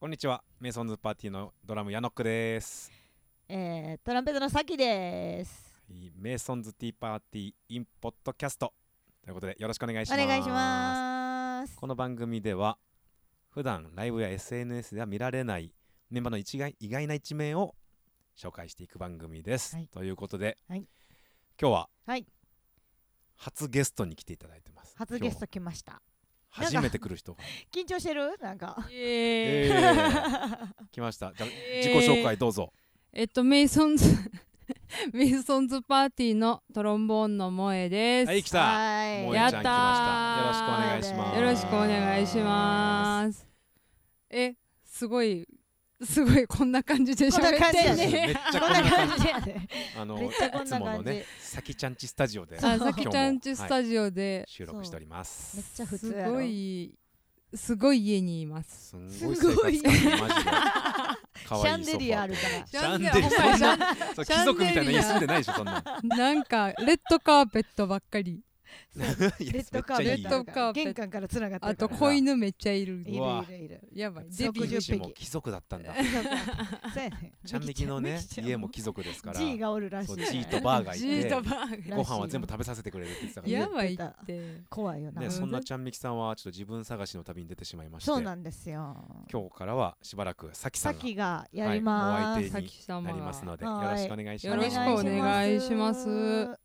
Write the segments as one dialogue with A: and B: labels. A: こんにちはメイソンズパーティーのドラムヤノックです
B: えー、トランペットのさきです。
A: はいメイソンズティーパーティーインポッドキャストということでよろしくお願いし
B: お
A: ます
B: 願いします。
A: この番組では普段ライブや SNS では見られないメンバーの一概意外な一面を紹介していく番組です、
B: はい
A: ということで、
B: はい
A: 今日は、
B: はい
A: 初ゲストに来ていただいてます
B: 初ゲスト来ました。
A: 今日初めて来る人が、
B: 緊張してるなんか。
A: え
C: え
A: ー来ましたじゃあ自己紹介どうぞ、
C: えっとメイソンズ メイソンズパーティーのトロンボーンの萌えです、
A: はい来た
B: はい。
A: 萌
C: え
A: ちゃん来まし
C: やったー
A: たよろしくお願いします
C: よろしくお願いしますえすごいすごいこんな感じで
B: こんな
C: 喋っ
B: 感じ
C: て
B: や
C: ん
B: ね
A: めっ
C: ね
A: ちゃ
B: こ
A: こん
B: んな
A: な
B: 感
A: 感
B: じやで。
A: じあの
B: めっ
A: い
B: ちゃこん
A: つ
B: な
A: もの
B: 感じ。
A: ねさきちゃんちスタジオで
C: あさきちゃんちス
A: ジ
C: タジオで
A: 収録しております
B: めっちゃ普
C: す
B: 通やろ。
C: ごいすごい家にいます
A: すんごい生活感マジで可
B: シャ
A: 愛い
B: ン
A: ソフ
B: デ
A: ァ
B: リアあ
A: ー
B: る
A: と
B: か
A: シャ
B: ら。
A: ンデリア
C: シャンデリア
A: そう
C: シ
A: 貴
C: ャンデ
A: 族み
C: リア
A: たいな家住んでないでしょそんな
C: なんかレッドカーペットばっかり
A: いやめっ
B: レッドカ
A: ちゃ
B: ーペ
A: いい
B: ットある
C: レッド
B: か
C: カ
B: ら。
C: ーペット
B: 玄関からつながって
C: あ
B: るか
C: と
B: ら。
C: 子犬めっちゃいる
B: い
A: わ
B: るいるいる。
C: やばい
B: そ
C: デ
B: う
C: ビ
B: 60
C: ー
A: うちも
B: 匹
A: 貴族だった んだ
B: そうかそうやね。
A: ちゃんみきのね
B: ミキちゃん
A: 家も貴族ですから
B: G がおるらし
A: そう
B: い。
A: G とバーがい
C: ジー
A: て
C: トバー
B: ら
C: ガ
B: しい
A: ご飯は全部食べさせてくれるって言ってたか
C: ー
A: ら
B: や
C: や
A: ね
C: ばいって
B: 怖いよな
A: ね。
C: そう
A: そんなちゃんみきさんはちょっと自分探しの旅に出てしまいまして
B: そうなんですよ。
A: 今日からはしばらくさきさ
B: さ
A: んが
B: きがやり
A: は
B: ま
A: いお
B: す
A: 相手。
C: さき様
A: なりますのでよ
B: はい
A: ろしくお願いし
C: よ
A: ま
C: ろ
A: す
C: しくお願いします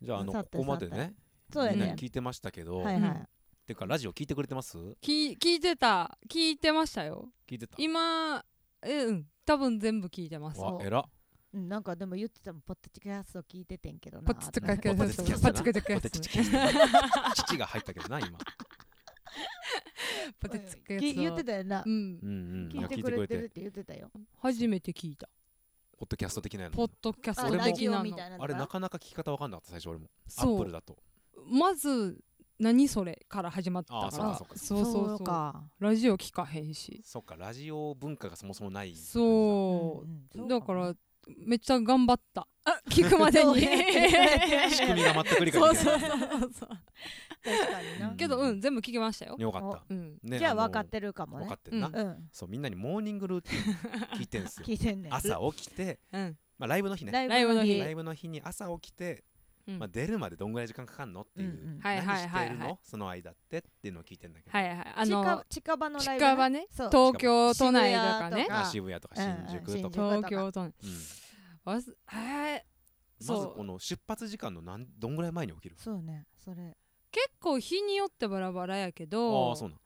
A: じゃああの
B: さ
A: こ
B: て
A: こまで
B: さ
A: ね
B: そうや
A: みんなに
B: ね。
A: 聞いてましたけど
B: は
A: っ
B: いはい。
A: てかラジオ聞いてくれてます
C: き聞いてた聞いてましたよ
A: 聞いてた
C: 今えうん多分全部聞いてます
A: わ
B: そう
A: えら
B: うんなんかでも言ってたもんポッドキャスト聞いててんけどな。
C: パッツとか
B: と
C: け
B: か
A: ポ
C: ど
A: テチキャスト
C: パ
A: な
C: ツとか
A: ポ
C: け
A: テ
C: ど
A: チキャスト父が入ったけどな今
C: パツとか
B: き言って
C: た
B: たよな
C: う。ん
A: うんうん
B: 聞いてくれてるって言ってたよ。
C: 初めて聞いた
A: ポッドキャスト的なやつ
C: ポッドキャス
B: あ
C: ト
A: 俺も
B: ラ
C: 的
B: ジ
C: な
B: オ
C: の
B: みたいなの
A: あれな
B: が。
A: かなか聞き方わかんなかった最初俺もアッ
C: そ
A: プル
C: う
A: だと
C: まず何それから始まったか
A: あ
C: ら
A: そうかそうか
C: そうそうそう
B: か。
C: ラジオ聞かへんし
A: そっかラジオ文化がそもそもない
C: そ
B: うんうんそうう
C: だ
B: か
C: か
B: も
C: らめっちゃ頑張ったあ聞くまで
B: そう
C: に
B: ね
A: 仕組みが全く理
C: そ
A: 解
C: う
A: でき
C: そ
A: な
C: う
A: い
C: そうそう
B: 確かにな。
C: けどうん全部聞きました よ
A: よかった
C: うん
A: ね
B: じゃあ
A: の
B: 分かってるかも
A: 分
B: ね
A: かっ。てんな
C: う
B: うん。
A: そうみんなにモーニングルーティン聞いてんすよ
B: 聞いてんねん。
A: 朝起きて
C: うん
A: まあライブの日ね
B: ライブの日。
A: ライブの日に朝起きて
C: うん
A: まあ出るまでどんぐらい時間かかんのっていう
B: うんうん
C: はい
A: 何
C: はい
A: して
C: はい
A: る
C: はい
A: のその間ってっていうのを聞いてんだけど
C: はいはいあの
B: 近近場のライブ。
C: 近場ね
B: そう。
C: 東京都内とか
B: 渋
C: ね
B: 谷と
A: あ渋谷とか新宿と
B: うん
A: か
B: うん
C: 東京都内
A: うん
C: わすえー
A: ま
C: そう
A: ずこの出発時間のなんどんぐらい前に起きる
B: そうね。それ。
C: 結構日によってバラバラやけ
A: あ
C: ど
A: あーそうなん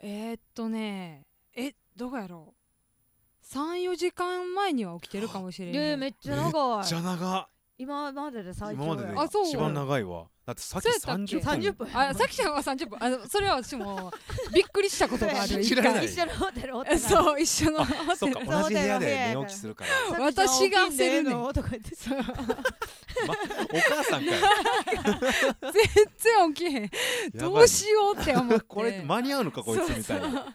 C: えー、っとねえどこやろう34時間前には起きてるかもしれ
B: え
C: ん
B: め
C: ね
B: っちゃ長い
A: じゃ。長っ
B: 今までで最長
A: 今までで
B: や
C: あそう
A: 一番長いわだってさっき
C: そうやったっけ
A: 30分
B: 30分
C: あさきちゃんは30分あのそれは私もびっくりしたことがある
A: 信じられない
B: 一緒のホテルホテ
C: え
B: ル
C: そう一緒のホ
A: そ
C: テ
A: う
C: ル
A: か
B: そう
A: 同じ部屋
B: ホテルの部屋や
A: で
B: から
A: 寝起きするから
C: 私が焦るねん
B: とか言って
C: そう
A: まお母さんかよ
C: 全然起きへん
A: や
C: ど
A: ばいう
C: しようって思って
A: これ間に合うのかこいつみたい
C: そうそ
A: な
C: う9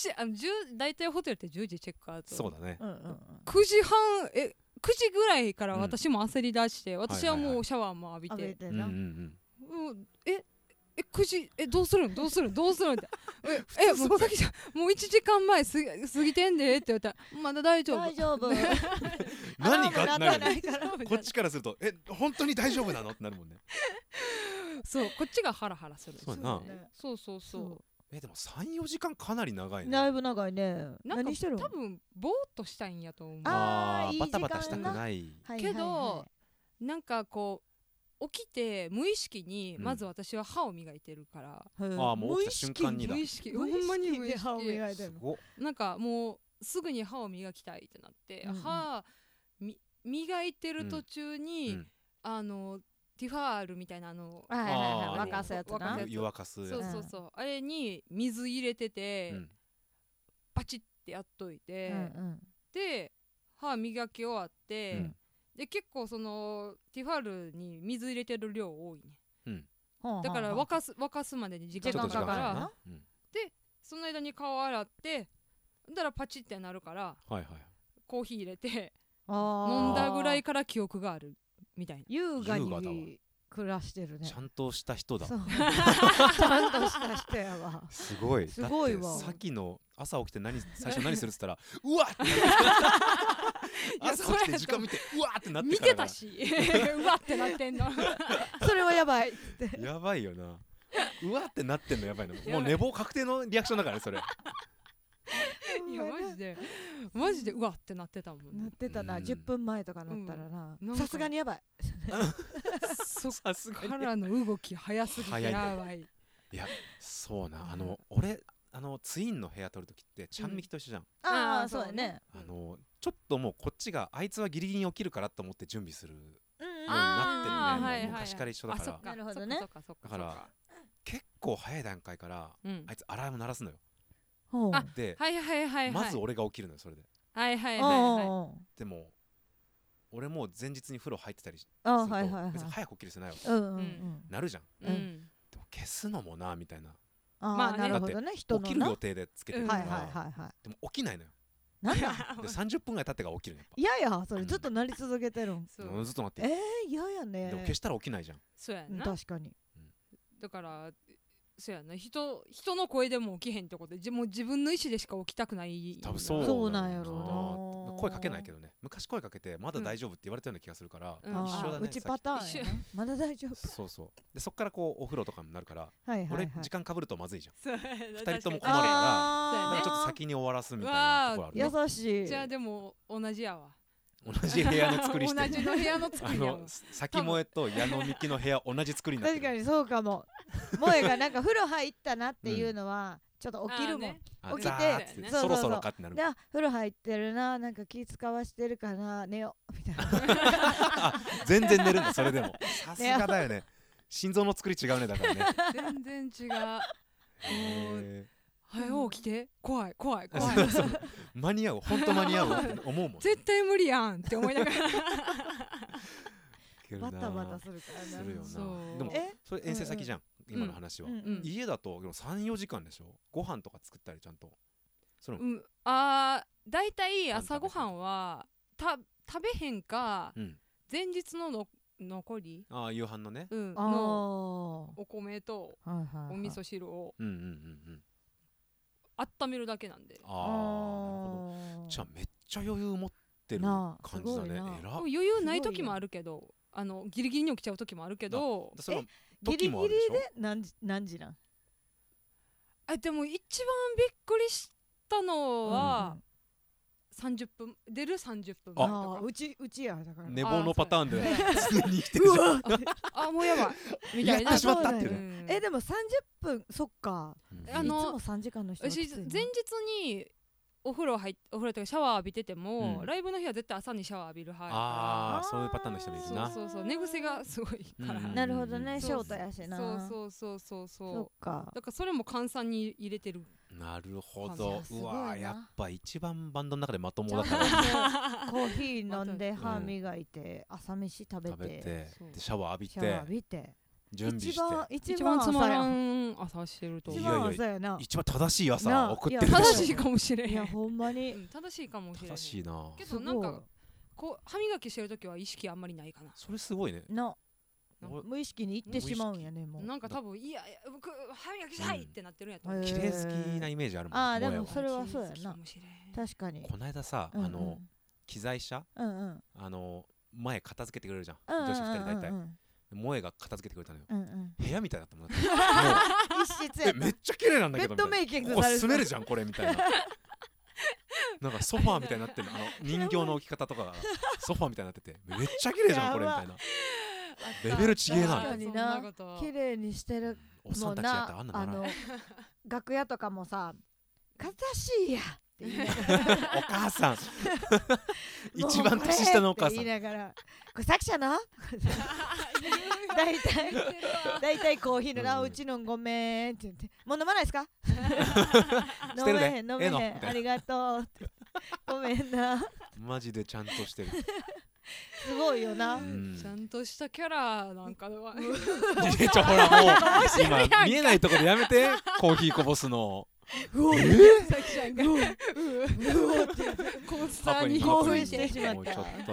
C: 時あの10大体ホテルって10時チェックアウト
A: そうだね
B: うんうん
C: 9時半え9時ぐらいから
A: うん
C: 私も焦り出して、私は
A: はいはい
C: も
A: は
C: うシャワーも浴びて、
B: うん。て
A: うんうんう
B: な。
A: ん
C: うんええ9時えどうするんどうするんどうするんって ええもうさきちゃんもう1時間前すぎ過ぎてんでって言ったらまだ大丈夫
B: 大丈夫。
A: 何か
B: アラーム
A: ってな
B: 鳴
A: るよ
B: ってな
A: ね
B: いから。
A: こっちからするとえ本当に大丈夫なのってなる もんね
C: そうこっちがハラハラする
A: そうやな
C: そうそうそう
A: えでも34時間かなり長いね
B: だいぶ長いね。
C: なんか
B: 何してるの
C: 多分ぼーっとしたいんやと思う
B: あ
A: あ
B: ーい
A: ー
B: い
A: バタバタしたく
B: 時間
A: ない
B: はい
C: けど
B: は
C: なんかこう起きて無意識に
A: うん
C: まず私は歯を磨いてるから、
B: いはいはい
A: あーもう起きた瞬間にだ
C: 無意識
B: 無
C: ほ
B: 意識
C: んまに無
B: 無意
C: 意
B: 識で歯を
C: 識
B: 磨いて
A: す
B: るの。
A: ごっ
C: なんかもうすぐに歯を磨きたいってなって、
B: うんうん
C: 歯み磨いてる途中に、
A: うん
C: あのティファールみたいなあの
B: はいはい
A: あー
B: はい。若さやつ
C: 若
B: な
C: さ。
A: 湯沸かす
C: そう
A: やつ
C: そうそうそうあれに水入れてて、
A: うん
C: パチッてやっといて、
B: うん
C: で歯磨き終わって、
A: うん
C: で結構そのティファールに水入れてる量多いね
B: うん
C: だから
B: は
C: 沸かす沸かすまでに時間
A: ちょっ
C: が
A: と
C: か
A: 時間
C: かる
A: か
C: か
A: からるなうん
C: その間に顔洗ってだからパチってなるから
A: はいはい
C: コーヒー入れて
B: あはあはあ
C: 飲ん
B: あー
C: だぐらいから記憶があるみたいな
B: 優雅
A: 優雅だわ
B: に暮らしてるね
A: ちゃんとした人だ
B: そう ちゃんとした人やわ
A: すごい
B: すごいわ
A: だってさっきの朝起きて何最初何するっつったらうわっって
C: いや
A: 朝起きて時
C: そ
A: 間
C: れやと
A: 見てうわってなって
C: 見
A: から
C: てたし うわってなってんの
B: それはやばい
A: やばいよなうわってなってんのやばいな
C: ばい
A: もう寝坊確定のリアクションだからねそれ
C: いやマジでマジでうわってなってたもん
B: な
C: ね
B: ってたな、
A: うん
B: 10分前とかなったら
C: うん
B: な
C: なんか
B: さすがにやばい
A: そさすが
C: か
A: に
C: らの動き早すぎて
A: 早い
C: やばい
A: いやそうなあ
B: う
A: の
B: ん
A: 俺あのツインの部屋取るときってちゃんみきと一緒じゃん、
B: あ
C: あ
B: あ
C: ー
B: そうやね
C: うん
A: あのちょっともうこっちがあいつはギリギリに起きるからと思って準備する
B: うんうん
A: ようになってるね
C: あーはいはい
A: もう昔から一緒だから
C: あそっ
B: なるほどね
C: そっかそっかそ
A: だか
C: っ
A: ら結構早い段階から
C: うん
A: あいつアラーム鳴らすのよ
B: ほう
C: あ
A: で、
C: はいはいはいはい
A: まず俺が起きるのよそれで
C: はいはいはい
B: おう
C: は
B: おう
A: でも俺もう前日に風呂入ってたりする
B: あ
A: と、
B: はいはいはい
A: 別に早く起きる必要ないわけ
B: うんうんう
C: うん
A: なるじゃん
C: いうん
A: でも消すのもなみたいな
B: あ
C: まあ
B: あ
C: ね
B: なるほどね人
A: 起き
B: の
A: る
B: なは
A: 予定でつけて
B: い
A: るか
B: はい
A: ら、
B: はいは
A: でも起きないのよ
B: いなんだ
A: で30分ぐらい経ってから起きるのやっぱ
B: 嫌やそれずっとなり続けてるん
C: そう
A: うんずっと待って
B: えー嫌やね
A: でも消したら起きないじゃん
C: そうや
B: うん
C: な
B: 確かに
C: だからそうやな人人の声でも起きへんってことでじもう自分の意思でしか起きたくない
A: 多分そう
B: そうなんやろうな
A: な声かけないけどね昔声かけてまだ大丈夫って言われたような気がするから、
C: うん
B: あー
A: 一緒だね
B: うちパターンやなまだ大丈夫
A: そうそうでそっからこうお風呂とかになるから、
B: はいはいはい
A: 俺時間かぶるとまずいじゃん
C: そう
A: 二人とも困るから
C: だ
A: だ
C: か
A: からら
B: あ
A: ちょっと先に終わらすみたいなとこあるよ
B: 優しい
C: じゃあでも同じやわ
A: 同じ部屋の作りして
C: 同じの部屋の作
A: あ
C: りやわ
A: の先萌えと矢野美希の部屋同じ作りになって
B: 確
A: る
B: かにそう かも萌えがなんか風呂入ったなっていうのはちょっと起きるもん、
A: あ
B: 起きて
A: ザーッつって
B: そうそうそう
A: そろそろかってなる
B: であ風呂入ってるななんか気使わしてるかな寝ようみたいな
A: あ全然寝るんだそれでもさすがだよね心臓の作り違うねだからね
C: 全然違う
A: へ
C: 早起きて怖い怖い
A: ー
C: 怖い
A: そうそう間に合う本当間に合うって思うも ん
C: 絶対無理やんって思いながら
A: いけるな
B: バタバタするから
A: するよ
C: そう
A: なでも
B: え
A: それ遠征先じゃん今の話
B: う
A: は
B: んうん
A: 家だとでも34時間でしょご飯とか作ったりちゃんとその
C: うんあーだいたい朝ごはんはた食べへんか
A: うん
C: 前日のの残り、
A: ああ夕飯のね
C: うん、
B: あ
C: の
B: ー
C: お米と
B: はいはいはい
C: お味噌汁を
A: うんうんうんうん
C: 温めるだけなんで
A: ああなるほど
B: ー
A: じゃあめっちゃ余裕持ってる
B: な
A: 感
B: あ
A: じだね
B: すごいな
A: えらっ
C: 余裕ない時
B: すごいよ
C: もあるけどあのギリギリに起きちゃう時もあるけど
A: その時
B: ギリギ
A: もあ
B: リ
A: るでしょ
B: で何時何時なん
C: あでも一番びっくりしたのは、30分出る30分
B: うんうん
C: 前とか
B: あーうちうちやだから、
A: 寝
C: ぼ
A: 坊のパターンで
C: あー
A: 常に生きてるじゃん
C: あもうやばいみたい
A: や
C: な
A: ってしまった
B: っていう
A: ね
C: ん
B: えでも30分そっか
A: うん
C: あ
B: いつ
C: の
B: も3時間の人は
C: 私
B: きつい
C: 前
B: な
C: 日にお風呂入っお風呂というかシャワー浴びてても、
A: うん
C: ライブの日は絶対朝にシャワー浴びる派やか
A: ああそういうパターンの人もい
C: ら
A: る
C: そう
A: な
C: そうそう寝癖がすごいから、
A: うん
B: なるほどね
A: うん
B: ショートやしな
C: そうそうそうそうそう
B: そっか
C: だからそれも換算に入れてる
A: なるほ
B: い
A: ど
B: やすごいうな
A: わーやっぱ一番バンドの中でまとも
B: ちゃ
A: だ
B: ん
A: か
B: と
A: ら
B: コーヒー飲んで
A: また
B: 歯磨いて朝飯食べ
A: 食べて
B: て
C: そう
A: でシャワー浴び
B: シャワー
A: て
B: 浴びて
A: 準備
B: 一
A: して
B: 番
C: 一
B: 一番
C: 番つまら
B: ん
C: ん朝してると
A: い
C: 思
B: 一
A: や
C: う
A: いや
B: 番朝やな
A: 一番正しい
B: な
A: 朝
B: あ
A: 送って
B: い
A: る
B: や
C: 正し
A: し
C: いかもしれ
B: い
C: へ
B: や
C: ん
B: ほんま
C: う
B: に
C: ん正しいかもしれへ
A: 正
C: ん
A: しいな
C: けどなんかこう歯磨きしてる時は意識あんまりないかな
A: それすごいね
B: な
A: なんか
B: 無意識に行ってしまうんやねもう
C: なんか多分いやいや僕歯磨きしたいってなってるんやと思う、
B: うんへー
A: 綺麗好きなイメージあるもん
B: あーでも
A: 萌えは
B: それはそうやな
C: 気づきかもしれへん
B: 確かに
A: この間さあ
B: うんうん
A: の機材車
B: うんうん
A: あの前片付けてくれるじゃん
B: うんうん
A: 女子二人大体
B: うん
A: 萌えが片付けてくれたのよ
B: うんうん
A: 部屋みたいだったもんだって
B: 一室
A: も
B: や
A: うえめっちゃ綺麗なんだ
B: ベ
A: けど
B: ッ
A: みた
B: ド
A: いな
B: メイキング
A: ここ
B: され
A: 住める
B: て
A: じゃんこれみたいななんかソファーみたいにな ってるのあの人形の置き方とかがソファーみたいになっててめっちゃ綺麗じゃんこれみたいなレベル違えな
C: 確かになそんなこと
B: 綺麗にしてる
A: おっさ
B: もうん
A: たちやったら
B: な
A: あんな
B: あ
A: ならん
B: の楽屋とかもさ「かたしいや」って言いな がら
A: お母さん
B: もう
A: 一番年下のお母さ
B: こ
A: ん
B: れって言いながら「これ作者な?
C: 言う」わ
B: 大体
C: 言ってるわ
B: 大体コーヒーのな「
A: うん」
B: うちのんごめん」って言って「もう飲まないですか?
A: し
B: 飲
A: てる
B: め
A: で
B: へん飲めへん、
A: ええのみたいな
B: ありがとうって」ごめんな
A: マジでちゃんとしてる
B: すごいよな
A: う。ん
C: ちゃんとしたキャラなんか は
A: いやちょほらもう今見えないところでやめてコーヒーこぼすの
C: うお
A: え
C: さきちゃんがうおコースターに
B: 箱
A: 箱
B: 興
A: に
B: 奮してしま
A: も
B: った
A: うちょっと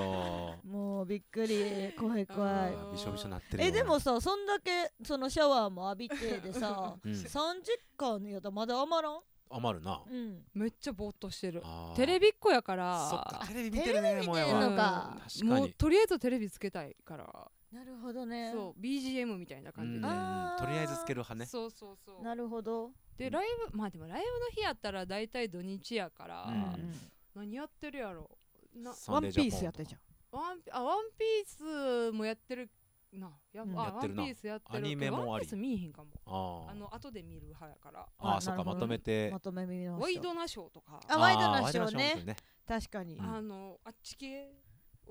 B: もうびっくり怖い怖い
C: あー
A: びしょびしょなってるわ
B: えでもさそんだけそのシャワーも浴びてでさ
A: うん
B: 3時間やったらまだ余らん
A: 余るな
B: うん
C: めっちゃぼーっとしてる
A: あー
C: テレビっ子やから
A: そっかテレビ見てるねもうや
B: テレビ見てん
A: わ
B: のか
A: 確かに
C: もうとりあえずテレビつけたいから、
B: なるほどね
C: そう BGM みたいな
A: うん
C: 感じ
A: うん
C: で、
B: あー
A: とりあえずつける派ね
C: そうそうそう
B: なるほど
C: でライブまあでもライブの日やったら大体土日やから、
A: うん
C: 何やってるやろな
A: サデジャポとか
B: ゃん
C: ワンピあワンピースもやってるなや,、
B: うん
C: あ
A: やってるな
C: ワンピースやってる
A: アニメもあり
C: ワンピース見えへんかも
A: あ
C: あ
A: ー
C: の後で見る派やから
A: あー
B: あ
A: そっ
B: な
A: か
B: るほ
A: まと
B: どね
A: めて
B: まとめ見ま
C: ワイ
B: した
C: ドナショーとか
B: あワイドナ
A: あー
B: ショーね
A: ワイドナ
B: 確かに
A: うん
C: あのあっち系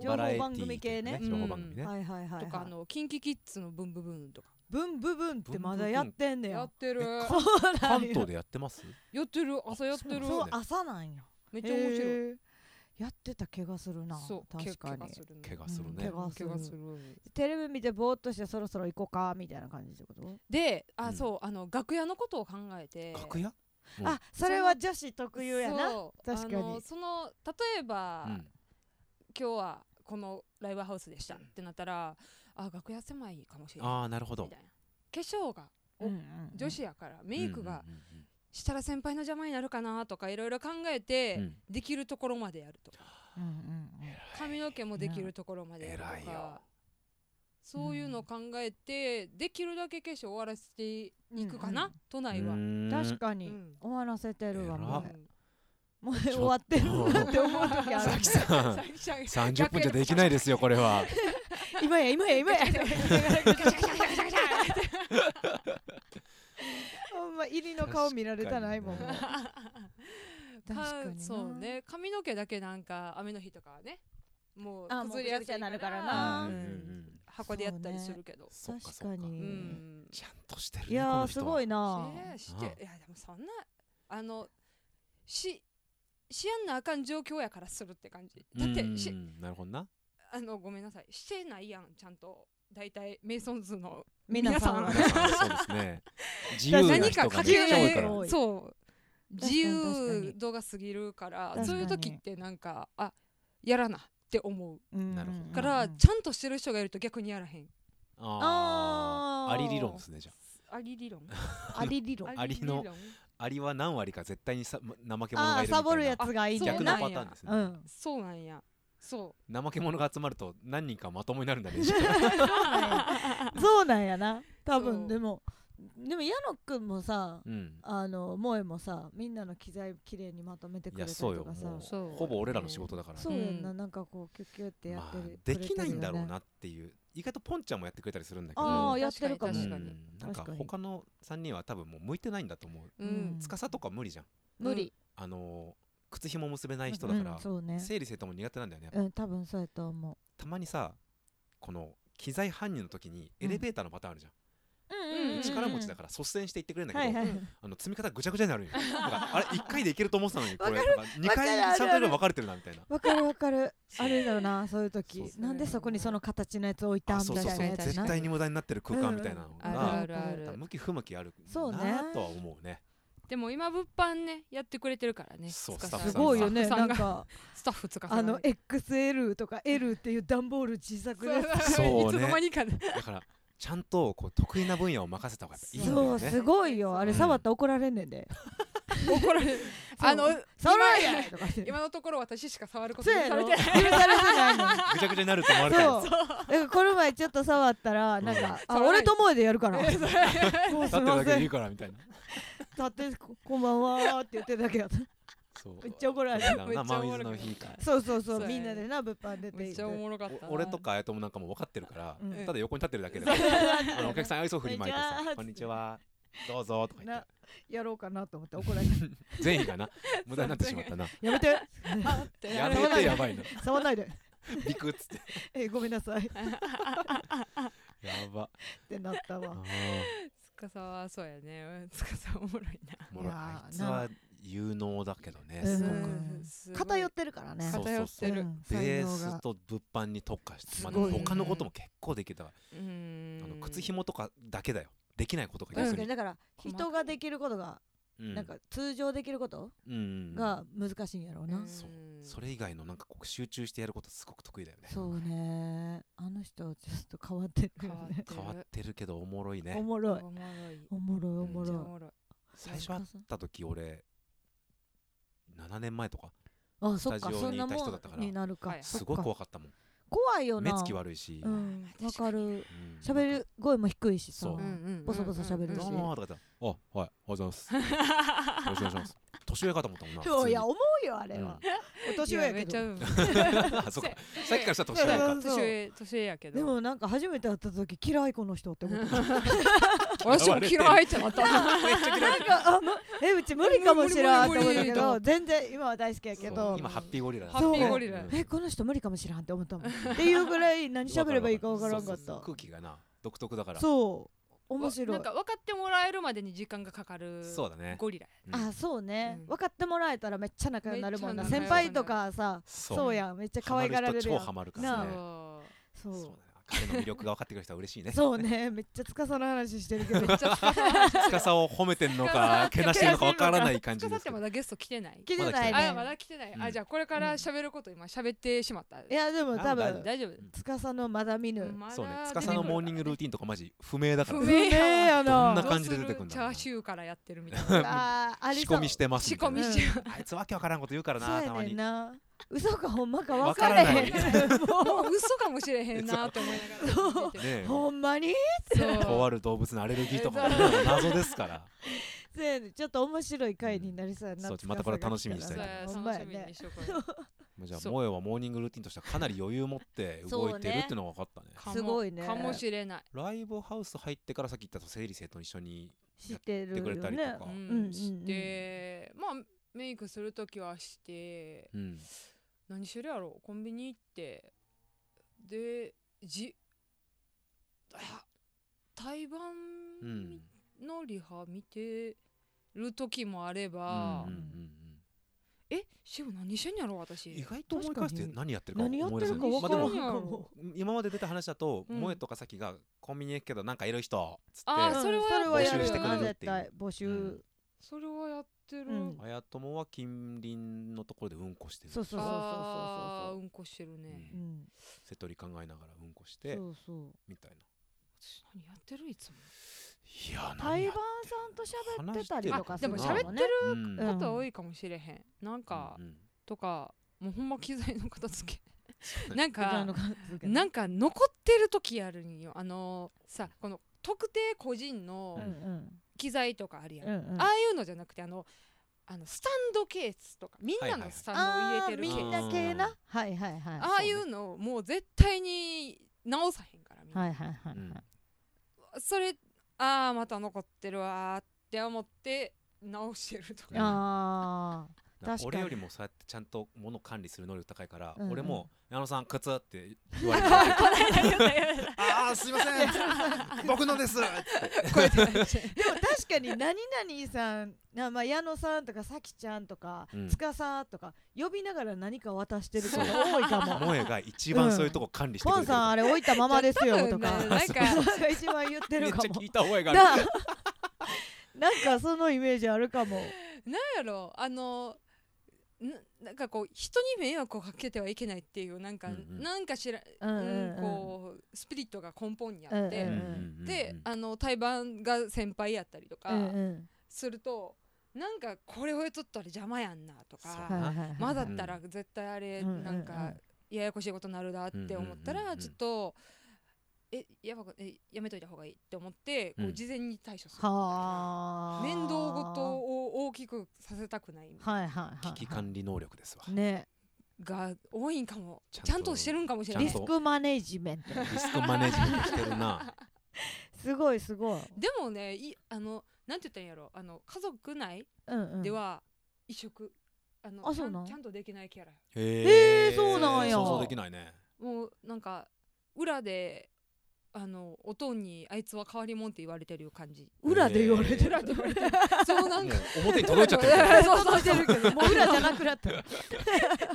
B: 情報番組系ね
A: バラエティーというか情報番組ね
B: はいはいはい
C: とかあ
B: はい
C: のキンキキッズのブンブブーンとか
B: ブンブブンってまだやってんね
C: や
B: や
C: ってる
A: え
B: そうなん
A: 関
B: や
A: 東でやってます
C: やってる朝やって
A: そ
C: る
A: う
B: そう朝なんや
C: めっちゃ面白い
B: へーやってた気がするな
C: そうけ
B: 確か
C: 怪
B: に
C: 我するね
A: 怪我する
B: うん怪
A: ね
B: 我
C: 怪我する
B: テレビ見てぼーっとしてそろそろ行こうかみたいな感じってこと
C: で
A: う
C: あ
A: ん
C: そうあの楽屋のことを考えて
A: 楽屋うん
B: あそれは女子特有やな
C: そう
B: 確かに
C: あのその例えば、
A: うん
C: 今日はこのライブハウスでしたってなったらあ楽屋狭いかもしれない
A: ああなるほ
C: み
A: ど
C: たいな化粧が
B: うんうんうん
C: 女子やから、メイクが
A: うんうんうんうん
C: したら先輩の邪魔になるかなとかいろいろ考えて、
A: うん
C: できるところまでやると
B: うんうんうん
C: 髪の毛もできるところまでやる
A: 偉い
C: と
A: よ
C: かそういうのを考えて、できるだけ化粧終わらせていくかな、
B: うんうん
C: 都内は。
A: うーん
B: 確か
C: う
B: に
C: ん
B: 終わらせてる
A: 偉
B: わもう
C: うん
B: もう終わってるなって思う時ある
A: さきさん
C: さきちゃんが
A: 30分じゃできないですよこれは
B: 今や今や今やほんま入りの顔見られたないもんもう
A: 確
B: 確
C: か
B: かにな
C: そうね髪の毛だけなんか雨の日とかはねもう
B: あもう
C: 崩れやすい
B: ぐちゃぐち
C: から
B: ゃになるから
A: うん
B: な
A: う
C: うん
A: うんん
C: 箱でやったりするけど
A: そっか
B: 確
A: そ
B: か
A: っか
C: う,、
B: に
C: ん
A: ちゃんとしてるね
B: いや
A: この
B: ー
A: 人
B: す
A: は
B: ごいな
C: ねえして
A: ああ
C: いやでもそんなあのししやんなあかん状況やからするって感じだって
A: う
C: し
A: んなるほどな
C: あのごめんなさいしてないやんちゃんと大体メイソンズの
B: 皆さん
C: 皆
A: 皆さんそうです ね自由な
C: 何
A: 人
C: か
A: が
C: 書
A: め
C: き
A: っちゃ多い
B: 書
A: か
B: き
A: ら
B: 多い
C: そう
B: か
C: 自
B: に
C: 由度が過ぎるから
B: 確かに
C: そういう時ってなんかあやらなって思う
B: な
A: るほど
C: から、
B: うん
C: ちゃんとしてる人がいると逆にやらへん
A: あー
B: あー
A: アリ理論ですねじゃ
C: あり理論
B: アリ理論
A: あアリのあアリは何割か絶対にさま怠け者がいる
B: ああ
A: みたいな
B: サボるやつがいいん
C: そう
B: だ
A: 逆の
B: な
A: パターンですね、
B: うん
C: そうなんやそ
A: 怠け者が集まると何人かまともになるんだね
B: そうなんやな多
C: そ
B: 分
C: う
B: でもでも矢野くんもさ
A: うん
B: あの萌えもさみんなの機材きれいにまとめてく
A: い
B: れ
A: や
B: たり
A: そう
B: と
A: よ
B: か
A: も
B: さ
A: う
C: そう
A: ほぼ俺らの仕事だから
B: そうやんな、
C: う
B: なんかこうキュッキュってや
A: ま
B: って
A: あ
B: る、
A: できないんだろう
B: くれてるよね
A: なっていう意外とポンちゃんもやってくれたりするんだけど
B: ああ
C: うん
B: やってるかも
C: ー
A: う
C: 確か
A: ん
C: に
A: なんか
B: 確かに
A: 他の3人は多分もう向いてないんだと思う
C: う、う
B: うん
C: ん、
A: 司とか無理じゃん
B: 無理、
A: あのー靴紐結べない人
B: う
A: だか
B: ん
A: ら、
B: そうね
A: 整理整頓も苦手なんだよねやっぱ
B: うん多分そうやと思
A: たまにさこの機材搬入の時に
B: うん
A: エレベーターのパターンあるじゃん、
B: う
C: うんうんうん
A: 力持ちだ
B: か
A: から率先して行ってくれるんだけど、
B: はいはい、
A: あの積み方ぐちゃぐちゃに なるんよなんかあれ1回でいけると思ってたのにこれなんか2
B: わか
A: 回
B: るあるある
A: 3回ぐらい分かれてるなみたいな
B: わかるわかるあるだよなそういう時
A: そうそう
B: なんでそこにその形のやつ置いた
A: あ
B: ん
A: そ
B: み
A: うそ
B: た
A: う
B: い
A: そ
B: な
A: う
B: やつ
A: 絶
B: な
A: 対に無駄になってる空間みたいなの
C: あ
B: うん
C: る
A: が、
C: あるある
A: 向き不向きある
B: そうね
A: なあとは思うね
C: でも今物販ねやってくれてるからね
A: そう
C: 司
A: スタッフ
B: す
A: さん
B: ごいよね
C: スタッ
B: な
C: フ
B: ん
C: さが
B: か
C: スタッフつか
B: あの XL とか L っていう段ボール自作のや つ
A: そうね
C: いつの間にかね
A: だからちゃんとこう得意な分野を任せた方がいいんだ
B: そ
A: よ
B: う
A: ね
B: すごいよあれ
A: うん
B: 触ったら怒られんねんで
C: 怒られるあの
B: そう触らんやとかって
C: 今のところ私しか触ること
B: そう
C: に
B: や
C: され
B: ろ許
C: てな
B: さ
C: い
B: れてないのに
A: ぐちゃぐちゃになると思われたら
B: そうだからこの前ちょっと触ったらなんか「
C: うん
B: あ俺と萌えでやるから」 こうす
A: 立
B: い
A: ってるだけ
B: ませ
A: で
B: ん
A: い
B: 立
A: いからみたいな
B: ってここんばんは」って言ってるだけだった
A: そう
B: めっちゃ怒られる
A: な
C: めっちゃお
A: 真
C: も
A: 水
C: ろかった
A: の日から
B: そうそう
C: そう
B: そ
C: や
B: う
C: ね
B: みんなでな物販出て
C: め
B: いっ
C: っち
B: て
C: ゃおもろかった
A: お俺とか綾友なんかもう分かってるから、
B: うん
A: ただ横に立ってるだけで、あのお客さん愛想振りまいてさ「こ
B: こ
A: んに
B: んに
A: ち
B: ち
A: はどうぞ」とか言っ
B: な
A: て
B: やろうかなと思って怒られた
A: 善意がな無駄になってしまった な
B: やめて
C: あって
A: や
C: あ
A: め
C: れ
A: てやばいな
B: 触んないで
A: ビクッつって
B: えごめんなさいっ
A: やば
B: てなった
A: あ
B: わ
C: 司はそうやね司おもろい
A: ーもう
B: いやー
A: あいつは有能だけどね
B: うん
A: すご
C: な
A: く、
B: うん
C: すごい
B: 偏ってるからね
A: そう
C: 偏ってる
B: うん
A: ベ
B: 才
A: ー
B: 能
A: ス
B: が
A: と物販に特化して、まあ、
B: すごいよね
A: 他のことも結構できたわ
C: うーん
A: あの靴紐とかだけだよできないことが
C: う
A: 逆
B: 確
C: ん
A: に、
B: かにだから人ができることが
A: うん
B: なんか通常できること
A: うんうん
B: が難しいんやろうな、
C: うん
A: そうそれ以外のなんかこう集中してやることすごく得意だよね
B: そうねあの人ちょっと変わってるか
C: 変
B: ら
C: わ
B: ね
C: ってる
A: 変わってるけどおもろい
B: お
A: ね
B: もろい
C: おもろい
B: おもろいおも
C: めっちゃお
B: ろ
C: もろい
A: 最初会った時俺7年前とか
B: いあそっか
A: スタジ
B: そ
A: オ
B: ん
A: にい
B: な
A: た
B: も
A: 人だ
B: ん
A: ったから
B: になるか、
C: はい
B: そっ
A: すごい
B: か
A: 怖かったもん
B: 怖いよ
A: 目
B: な
A: つき悪いし
B: う
A: うん
B: んわかる
A: なんか
B: 喋る声も低いしさ
A: そう
C: うんうんうん
B: ボソボソ喋るし
A: どうもとか言ったらあはいおはようございますよろしくお願いします年上かと思ったもんな普
B: そ
A: 通
B: うい
A: に
B: や思うよあれは、お年上や
C: め
B: け
C: っちゃ
B: ど
C: うん
A: あ そうかさっきからしたら年上
B: いやい
A: か
B: や
C: 年上年上やけど
B: でもなんか初めて会った時嫌いこの人って思った
C: 私も嫌いってなった
A: めっちゃ嫌い
B: なんかあむ えうち無理かもしれんって思ったけ
C: 無理無理無理無理と思
B: ど全然今は大好きやけ
A: そ
B: ど
A: う今ハッピーゴリラ
C: ハッピーゴリラ
A: そう
B: えこの人無理かもしれんって思ったもんっていうぐらい何喋ればいいかわからんか
A: そう
B: っ
A: そう
B: た
A: 空気がな独特だから
B: そう面白
C: ないんか分かってもらえるまでに時間がかかる
A: そうだね
C: ゴリラ
B: あそうね、
C: うん
B: 分かってもらえたらめっちゃ仲良くなるもんな
A: めっちゃ
B: 先
A: 仲
B: 輩
C: 良くな
B: と
C: る
B: かさ
A: そう
B: そうやんめっちゃ可愛がられ
A: ハ
B: る
A: マ
B: や
A: 人超ハ
B: ん
A: マるから
B: な
A: ね
B: そ
C: そ
A: そうだ
B: う
A: ね彼の魅力が分かってくれた人は嬉しいね
B: そうねめっちゃ司の話してるけど
C: うめっちゃ 近さ
A: 司を褒めて んのかけなしてんのか分からない感じ
C: 近さ
A: です
C: って
A: けど
C: まだゲスト来てない
B: 聞いて
A: まだ
B: な
A: 来
B: い
A: て
C: あ
B: ね
C: まだ来てない
A: うん
C: あじゃあこれから喋ること今喋ってしまった
B: いやでも多
A: あま
B: 分
A: だ
C: 大丈夫
B: 司のまだ見ぬ
C: まだ
A: そうね
C: 出てくる
A: 司のモーニングルーティンとかマジ不明だから
C: 不
A: ね
C: 明
B: ねえ
A: ど
B: や
A: んな
B: な
A: 感じで出てくんだろうな
C: どうするチャーシューからやってるみたい な
B: あーあり
A: 仕
B: そう
A: 込みしてますみたいな
C: 仕込みして
A: うんあいつわけわからんこと言うから
B: そ
A: な
B: う
A: た
B: や
A: ま
B: ねん
A: に
B: な嘘かほんまか
A: わ
B: 分
A: か
B: かられ
A: な
B: へ
A: い
B: ん
C: もう嘘かもしれへんなと思いながら見てて
A: ねえ
B: ほんまに
C: そう
A: とある動物のアレルギーとかもね謎ですから
B: そうやねちょっと面白い回になりそうやな
A: そうまたこれ楽しみにし
C: そ
A: た
C: う
A: いな
C: や
B: ほんま
C: 楽
B: や
C: しみ
B: ね
C: にしとこうよ
A: じゃあ
C: そう
A: 萌えはモーニングルーティンとしてはかなり余裕持って動いてるってのが分かったね
C: かも
B: すごいね
C: かもしれない
A: ライブハウス入ってからさっき言ったと整理整頓一緒に
B: 知ってる
A: やってくれ
B: よ
A: たりと
B: ね
A: か
C: う
B: うんうんうん
C: んしてまあメイクするときはして
A: うん
C: 何してるやろコンビニ行ってでじあ対バ
A: う
C: ン
A: ん
C: のリハ見てる時もあれ
A: うん
C: ば、
A: うんうん
C: えシオ何してんやろ私
A: 意外と思い返して
B: 確かに
A: 何やってるか
B: 何やってるか分
A: 思い出
B: か
A: せ
B: ら
A: ない
B: ん
A: ま
B: か
A: あでも
B: も
A: 今まで出た話だと
C: うん
A: 萌えとかさきがコンビニ行くけどなんかいる人っつって
C: あー
B: うん
C: それは
B: や
A: 募集
B: る
A: して
B: よ
A: くれる
B: な
A: っていう
B: 絶対募集
C: それはやって
B: う
C: る、
B: ん
A: あやともは近隣のところでうんこしてる
B: そうそうそうそう
C: あー
B: そう
C: うんこしてるね、
B: そううん
A: 瀬戸り考えながらうんこして
B: そうそう
A: みたいな
C: 私何やってるいつも
A: いや
B: 台湾さんと喋ってたりと
A: 話
B: か
A: し
B: す
A: て
B: る
A: るな
B: かもね
A: うん
B: うん
C: こと多いかもしれへんなんか、
A: うんうん
C: とかもうほんま機材の片付けなん
B: 普
C: か
B: 段の感じだけど
C: なんか残ってる時あるんよあのさこの特定個人
B: う
C: の
B: んうん
C: 機材とかあるやん、
B: うんうん
C: ああいうのじゃなくてあのあのスタンドケースとかみんなのスタンドを入
B: あ
C: れてるケ
B: ーみん
C: ース
B: な系なはいはいはい
C: ああいうのをもう絶対に直さへんからみんな
B: はいはいはい
A: うん
B: はい
C: それああまた残ってるわーって思って直してると
A: うん
C: か
B: あー
A: なんか
B: 確か
A: 俺
B: に
A: よりもそうやってちゃんと物を管理する能力高いから、
B: うんうん
A: 俺も「矢野さん靴」って言 われてあ あすいません僕のです
B: でも確かに何々さん、なまあ、矢野さんとかさきちゃんとか、
A: うん
B: つかさとか呼びながら何か渡してる人が多いか も。
A: 萌えが一番そういうとこ管理してく
B: ポ
A: れ
B: ン
A: てる
B: さんあれ置いたままです よとか
C: 多分ななんか
B: 一番言って
A: め
B: る
A: っちゃ
B: かも。
A: 聞いた覚えが
B: な
A: ある
B: なんかそのイメージあるかも。
C: なんやろあのななんかこう人に迷惑をかけてはいけないっていうなんか、
A: うんうん
C: なんかしら、
B: う
C: うんん
B: うんうん
C: こうスピリットが根本にあって、
B: うんうん
C: で、あの対バンが先輩やったりとか
B: うんうん
C: すると、なんかこれを取ったら邪魔やんなと
A: そう
C: か、
B: はいはいはい
C: まだったら絶対あれ
B: うん
C: なん
B: うんうんう
C: か
B: ん
C: ややこしいことなるだって思った
A: うんうんうんう
C: ら
A: ん
C: ちょっと。えやばくえやめといた方がいいって思ってこ
A: う
C: うん事前に対処する、
B: はあ。
C: 面倒事を大きくさせたくないみたい
B: はいはいはい。
A: 危機管理能力ですわ
B: 理。ね。
C: なが多いんかも
A: ちゃんと
C: ちゃんとしてるんかもしれな
A: ち
C: い
A: ゃん
B: リ
A: と
B: スクマネジメント。
A: リスクマネジメントしてるな
B: すごいすごい。
C: でもねいあのなんて言ったらいいんやろあの家族内
B: うんうん。
C: で は異色あの
B: あ
C: ちゃ
B: そうなん
C: んちゃんとできないキャラ
A: へ
B: へーそうなんや
A: 想像できないね
C: もうなんか裏であのおとんにあいつは変わりもんって言われてる感じ
B: 裏で言われてる。
C: 裏で言わ れてるそうな
A: もうん
C: か
A: 表に届いちゃってる
C: そうそ
B: 届
C: う
B: いてるけど、もう裏じゃなくなった。
C: な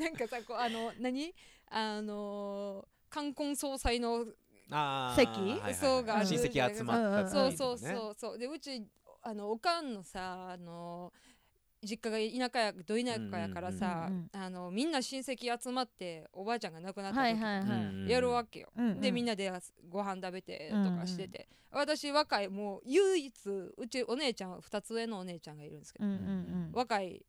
C: んかさこうあの何あのー冠婚葬祭の
A: あー
B: 席
A: はいはいはい
C: そうが
B: ある
A: 親戚集まった
B: うんうん
C: そううそうんそうそうでうちあのおかんのさあの実家が田舎やど田舎やからさ、
B: うんうん
C: あのみんな親戚集まっておばあちゃんが亡くなった時、
B: はいはいはい
A: うん
C: やるわけよ、
B: うんうん
C: でみんなでご飯食べてとかしてて、私若いもう唯一うちお姉ちゃん2つ上のお姉ちゃんがいるんですけど、
B: うんうんうん
C: 若い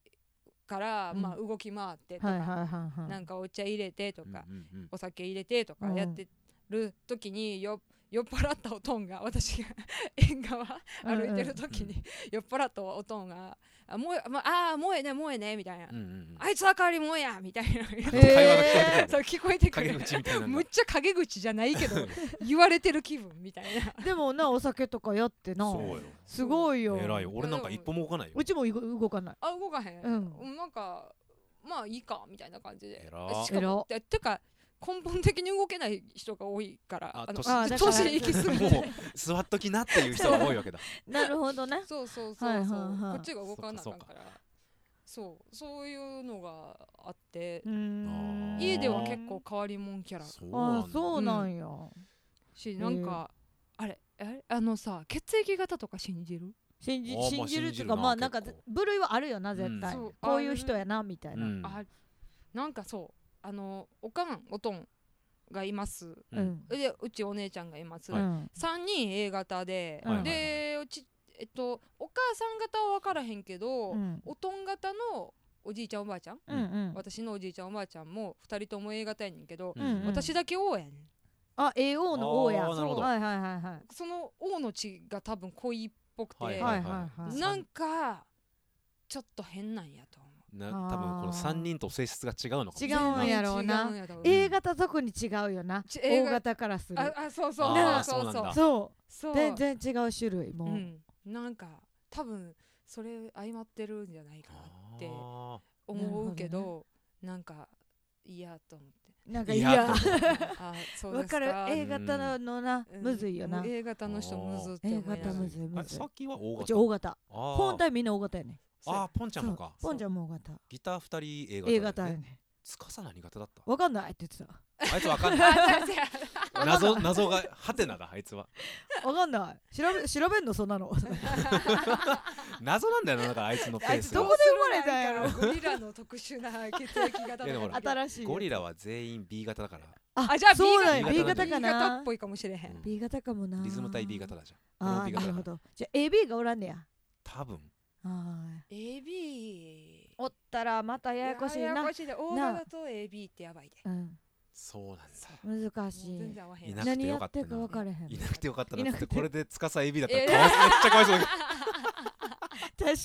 C: から、
B: うん
C: まあ、動き回ってとか、
B: はいはいはいはい
C: なんかお茶入れてとか、
A: うんうんうん
C: お酒入れてとかやってる時によ酔っ払ったおとんが私が縁側歩いてる時に酔っ払ったおとんが「あもうまああーもうええねもうええね」みたいな
A: うんうん
C: 「あいつは代わりもんや」みたいな
A: うん
B: へー
A: 会話が聞こえてく
C: そう聞
A: る陰
C: こえてくる
A: 口みたいなの
C: むっ
A: が
C: ちゃ陰口じゃないけど言われてる気分みたいな
B: でもなお酒とかやってな
A: そうよ
B: すごいよ
A: 偉いよ俺なんか一歩も動かないよ
B: うちもいご動かない
C: あ動かへん、
B: うん
C: なんかまあいいかみたいな感じで
A: 偉
C: しかもててか根本的に動けない人が多いから
A: あ
C: あの
A: 年
B: あだから
C: 年行き過ぎて
A: もう座っときなっていう人が多い わけだ
B: なるほどな
C: そうそうそうそう、
B: はいはいはい
C: こっちが動かなあかんからそうそういうのがあって
B: うーん
C: 家では結構変わりもんキャラ
A: そう
B: あ
A: な
B: ー
A: んだ
B: そうなんや
C: しなんか、あれあれあのさ血液型とか信じる、
B: 信じ
A: あーまあ
B: 信じるっ
A: 信
B: ていう
A: じるな
B: かまあなんか
A: 結構
B: 部類はあるよな絶対
A: うんそう
B: こういう人やなみたいうなん
C: あなんかそうあのおかんおとんがいます
A: うん
B: うん
C: でうちお姉ちゃんがいます、
B: うん
C: 3人 A 型で、
B: はいはいはい
C: でうちえっとお母さん型は分からへんけど、
B: うん
C: おとん型のおじいちゃんおばあちゃん、
B: うんうん
C: 私のおじいちゃんおばあちゃんも2人とも A 型やねんけど、
A: うん
B: うんうん
C: 私だけ O やねん
B: あ AO の O や
A: あーなるほど
B: はいはいはいはい
C: その O の血が多分濃いっぽくて、
A: はい
B: はいはいはい
C: なんかちょっと変なんやと思う
A: な多分この三人と性質が違うのかもしれ
B: 違うん
A: ない
B: やろうな
C: 全然違うんやと思う
B: A 型特に違うよな
C: ち A
B: O
C: 型
B: 型からする
C: ああそうそう
A: あー
C: そうそ
A: そう
C: う
A: なんだ
B: そ
C: そう
B: う全然違う種類
C: う、
B: もうん
C: なんか多分それ相まってるんじゃないかなって
A: あ
C: 思うけど
B: な
C: な
B: る
C: んか嫌と思って
B: なん
A: ー
B: か
A: い
B: い
A: や
B: や
C: あそうで
B: わ
C: す
B: かる A
A: う
B: 型のな
C: うん
B: むずいよな
C: もう A 型の人むずって
B: A
C: 思いなが
B: 型
C: ら
B: むずいむ
A: あ
B: ずい
A: さっきは大
B: うち
A: 型
B: O 型
A: あー
B: 本体みんな O 型やね
A: あーポンちゃんもか
B: そうポンちゃんも O 型
A: ギター二人
B: A
A: 映画
B: 型やね
A: つかさ何型だった
B: わかんないって言って
A: あいつわかん ない
C: そうや
A: 謎謎がハテナだあいつは
B: たわかんない調 べ調べんのそんなの
A: 謎なんだよなだからあいつのペ
B: あ
A: ー
B: い
A: ス
B: つ
A: が
B: どこで生まれたんやろ
C: ゴリラの特殊な血液型
A: いやでもほら
B: 新しい
A: ゴリラは全員 B 型だから
C: あじゃあ B
B: そうなんや
A: B
B: B
A: 型
B: 型
A: な
B: か
C: B 型
B: な
C: っぽいかもしれへん、
A: うん
B: い B 型かもな
A: リズム体 B 型だじゃん俺
B: あ
A: も B
B: ー
A: 型
B: な
A: だ
B: るほどじゃあ AB がおらんねや
A: 多分
B: あー
C: AB
B: おったらまたややこしい
C: やや
B: な
C: こしいで大型と AB ってやばいで
B: うん
A: そうなんだ
B: 難し
C: もう全
B: い
C: 然合わへ
A: い
C: ん
A: なくて
B: 何や
A: よか
B: っ
A: った
B: てるか
A: な
B: 分からへん
A: い
B: 確
A: なくてよかったなっ
B: いな
A: て
B: くて
A: これでつかさ AB だったら
C: え
A: かわいそうめっちゃかわいそうだ
B: か に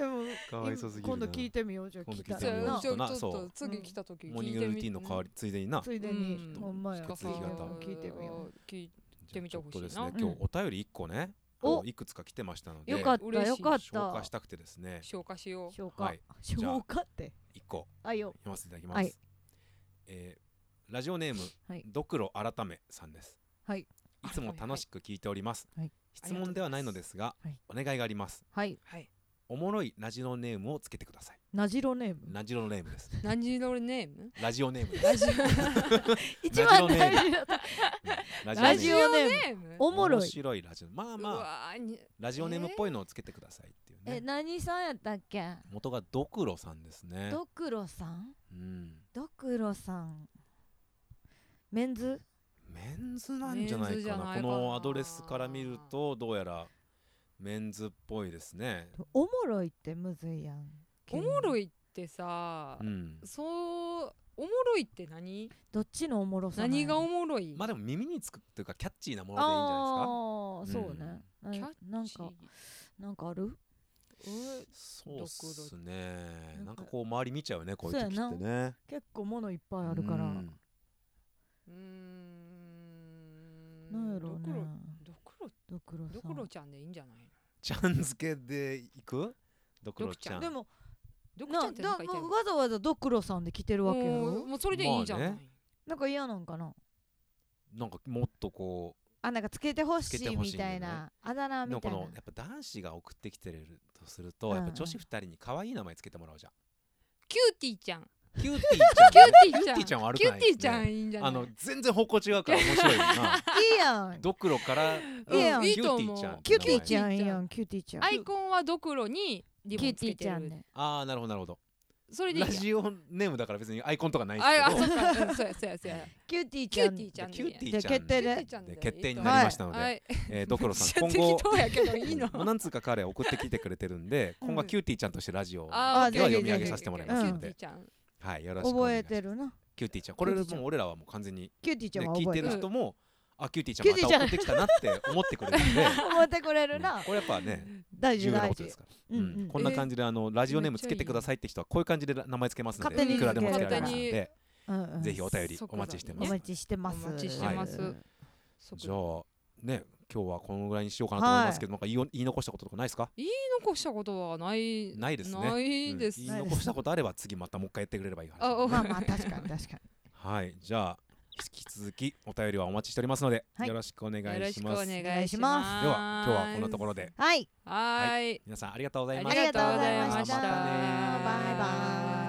B: でも
A: けどかわいそうすぎるな
B: 今度聞いてみようじゃあ
A: 今度
B: 聞いた
A: てみよう
B: らな
C: そうちょ
A: な
C: っ
A: そ
C: と
A: う
C: 次来た時聞いてみ
A: モーニングルーティンの代わりついでにな
B: ついでに
C: うん
B: ほんまや
A: ちょっと
B: 聞いてみよう聞いてみ
A: じゃ
B: よ
C: 聞い
A: あちょっとです
C: や
A: ね
C: っ
B: うん
A: 今日お便り一個ね
B: お
A: あのいくつか来てましたの
B: う
A: で
B: よかっ
C: ね嬉
B: た
C: しい
B: よかっ
A: 消
B: た
A: 化したくてですね
C: 消化しよう
A: は
B: 消化
A: いじゃあ
B: 消化って
A: 一個
B: あよ
A: 読ませていただきます、
B: はい
A: えーラジオネーム、
B: はい
A: ドクロ改めさんです
B: はい
A: いつも楽しく聞いております、
B: はい
A: 質問ではないのですが
B: ありが
A: お願いがあります
B: はい
C: はい
A: おもろいラジオネームをつけてください
B: なじろネーム
A: ラジオネームです
C: 何時のネーム
A: ラジオネームです
C: ラジオネ
B: 一番大事な
A: ラ
B: ラジオネーム
C: ーム
B: おもろ
A: 面
B: い
A: 白いラジオまあ
C: う
A: まあ
C: わーに
A: ラジオネームっぽいのをつけてくださいっていう
B: え
A: ね、
B: 何さんやったっけ
A: 元がドクロさんですね
B: ドクロさん
A: うん
B: ドクロさんメンズ
A: メンズなんじゃな
C: メン
A: い
C: ズじ
A: か
C: ゃ
A: な
C: ないかな
A: このアドレスから見るとどうやらメンズっぽいですね
B: おもろいってむずいやん
C: おもろ
B: い
C: いってさ
A: うん
C: そうおもろいって何
B: どっちのおもろさなんや
C: 何がおもろい
A: まあでも耳につくっていうかキャッチーなものでいいんじゃないですか
B: ああ
A: いいんじゃないですか
B: ーそうね
C: キャ
B: な
C: ッ
B: なん
C: チー
B: かなんかある
C: うん
A: そうっすね
B: ドクロ
A: なんかこう周り見ちゃうねこういう時
B: そう
A: っ
B: や
A: てね
B: 結構ものいっぱいあるから
A: うん
C: うーん
B: なんやろう
C: ドク
B: ね
C: ロドクロ
B: ドクロ
C: ド
B: さ
C: クロ
B: ん
C: ちゃんでいいんじゃないの
A: ちゃんづけでいくドクロちゃん
B: でも
C: ドクちゃん
B: な
C: ってなんか
B: だ
C: いた
B: も
C: よ
B: うわざわざドクロさんで来てるわけや
C: もう
B: ろ
C: もうそれでいいじゃん、
A: まあね
B: なんか嫌なんかな
A: なんかもっとこ
B: あなんかつけてほし
A: つけて
B: い
A: ほしい
B: み
A: んだよ
B: た
A: ね
B: いなあだ名
A: うで
B: み
A: もこ
B: たいな
A: のやっぱ男子が送ってきてるとすると
B: うん
A: やっぱ女子二人に可愛い名前つけてもらおうじゃん
C: キューティーちゃん
A: キューティーちゃん
C: キューティーちゃん
A: キューティーちゃん悪く
C: キュ
A: ない
C: ー
A: で
C: テ
A: す
C: ィーちゃん
A: ね
C: いいんじゃない
A: あの全然方向違うから面白いよ な
B: いいやん
A: ドクロから
B: いや
A: うん
C: いい
A: キュー
C: と
A: ティ
C: 思う
A: ーちゃんって
B: キューテ
A: 名
B: ィー
A: 前
B: ちゃんいいやんキューティーちゃん
C: アイコンはドクロにリ
B: キ
C: ボ
B: ュ
C: ン
B: ー
C: つ
B: ティ
C: け
B: ー
C: て
B: ちゃん
C: る
B: ね
A: ああなるほどなるほど
C: それでいい
A: ラ
C: やん
A: ジオネームだから別にアイコンとかない
C: あ
A: です
C: あ
A: けど
C: そっかうんそうやそうやそうや
B: キューティー
C: キ
B: ち
C: ュ
B: ゃ
C: ー
B: ん
C: ティーちゃんでいいや
A: キュ
C: ん
A: ーティー
B: じゃあ決定
C: キューティ
B: で
C: ーちゃんでいいと
A: で決定に
B: なりま
A: したので
C: はい
A: えードクロさん
C: めっ
A: 今
C: ちゃ
A: 後
C: 適当やけどいいの
A: もう何つうか彼送ってきてくれてるん で今後はキューティーちゃんとしてラジオを
B: あ
A: では
B: ぜひ
A: 読み上げさせてもらいますの
C: キュー
A: で
C: ティーちゃん
A: はいよろしくお
B: 覚
A: 願いし
B: え
A: ま
B: て
A: す
B: るな
A: キューティーちゃんこれ
B: キ
A: も
B: ューティーちゃん
A: う俺らはもう完全に
B: キューティーちゃ
A: ね
B: んは
A: 聞い
B: 覚
A: て
B: えて
A: る
B: る
A: 人もあキューティーち
B: キューティ
A: ゃ
B: ー
A: んまた送
B: ちゃん
A: ってきたなって思ってくれる んで
B: 覚えてくれるな
A: これやっぱね
B: 大
A: 重
B: 事
A: 要な
B: 大
A: ことで
B: 事
A: すからう
B: う
A: ん
B: うんん
A: こんな感じであのラジオネームつけて
C: めっちゃいい
A: くださいって人はこういう感じで名前つけますの
B: 勝
A: で
B: 手に
A: いくらでもつけられますの
C: 勝手に
A: で
B: うんうん
A: ぜひお便り
C: そっか
A: お待ちしてま
B: お
A: す
B: 待ちしてます
C: お待ちしてます
B: はい
C: そっか
A: じゃあね今日はこのぐらいにしようかなと思いますけどなんか言い言い残したこととかないですか
C: 残したことはない
A: ないですね
C: ないです
A: うん
C: ね
A: 言い残したことあれば次またもう一回やってくれればいい話
C: あお
B: まあまあ確かに確かに
A: はいじゃあ引き続きお便りはお待ちしておりますので、
B: はい
A: よろしくお願い
C: よろし
A: し
C: く
A: ま
C: お
A: すで
C: 願いし
A: は
C: ます
A: 今日はこんなところで
B: はい
C: はーい
A: 皆さんありがとうございました
B: ありがとうございました
C: ありがとうございました
B: バイバイ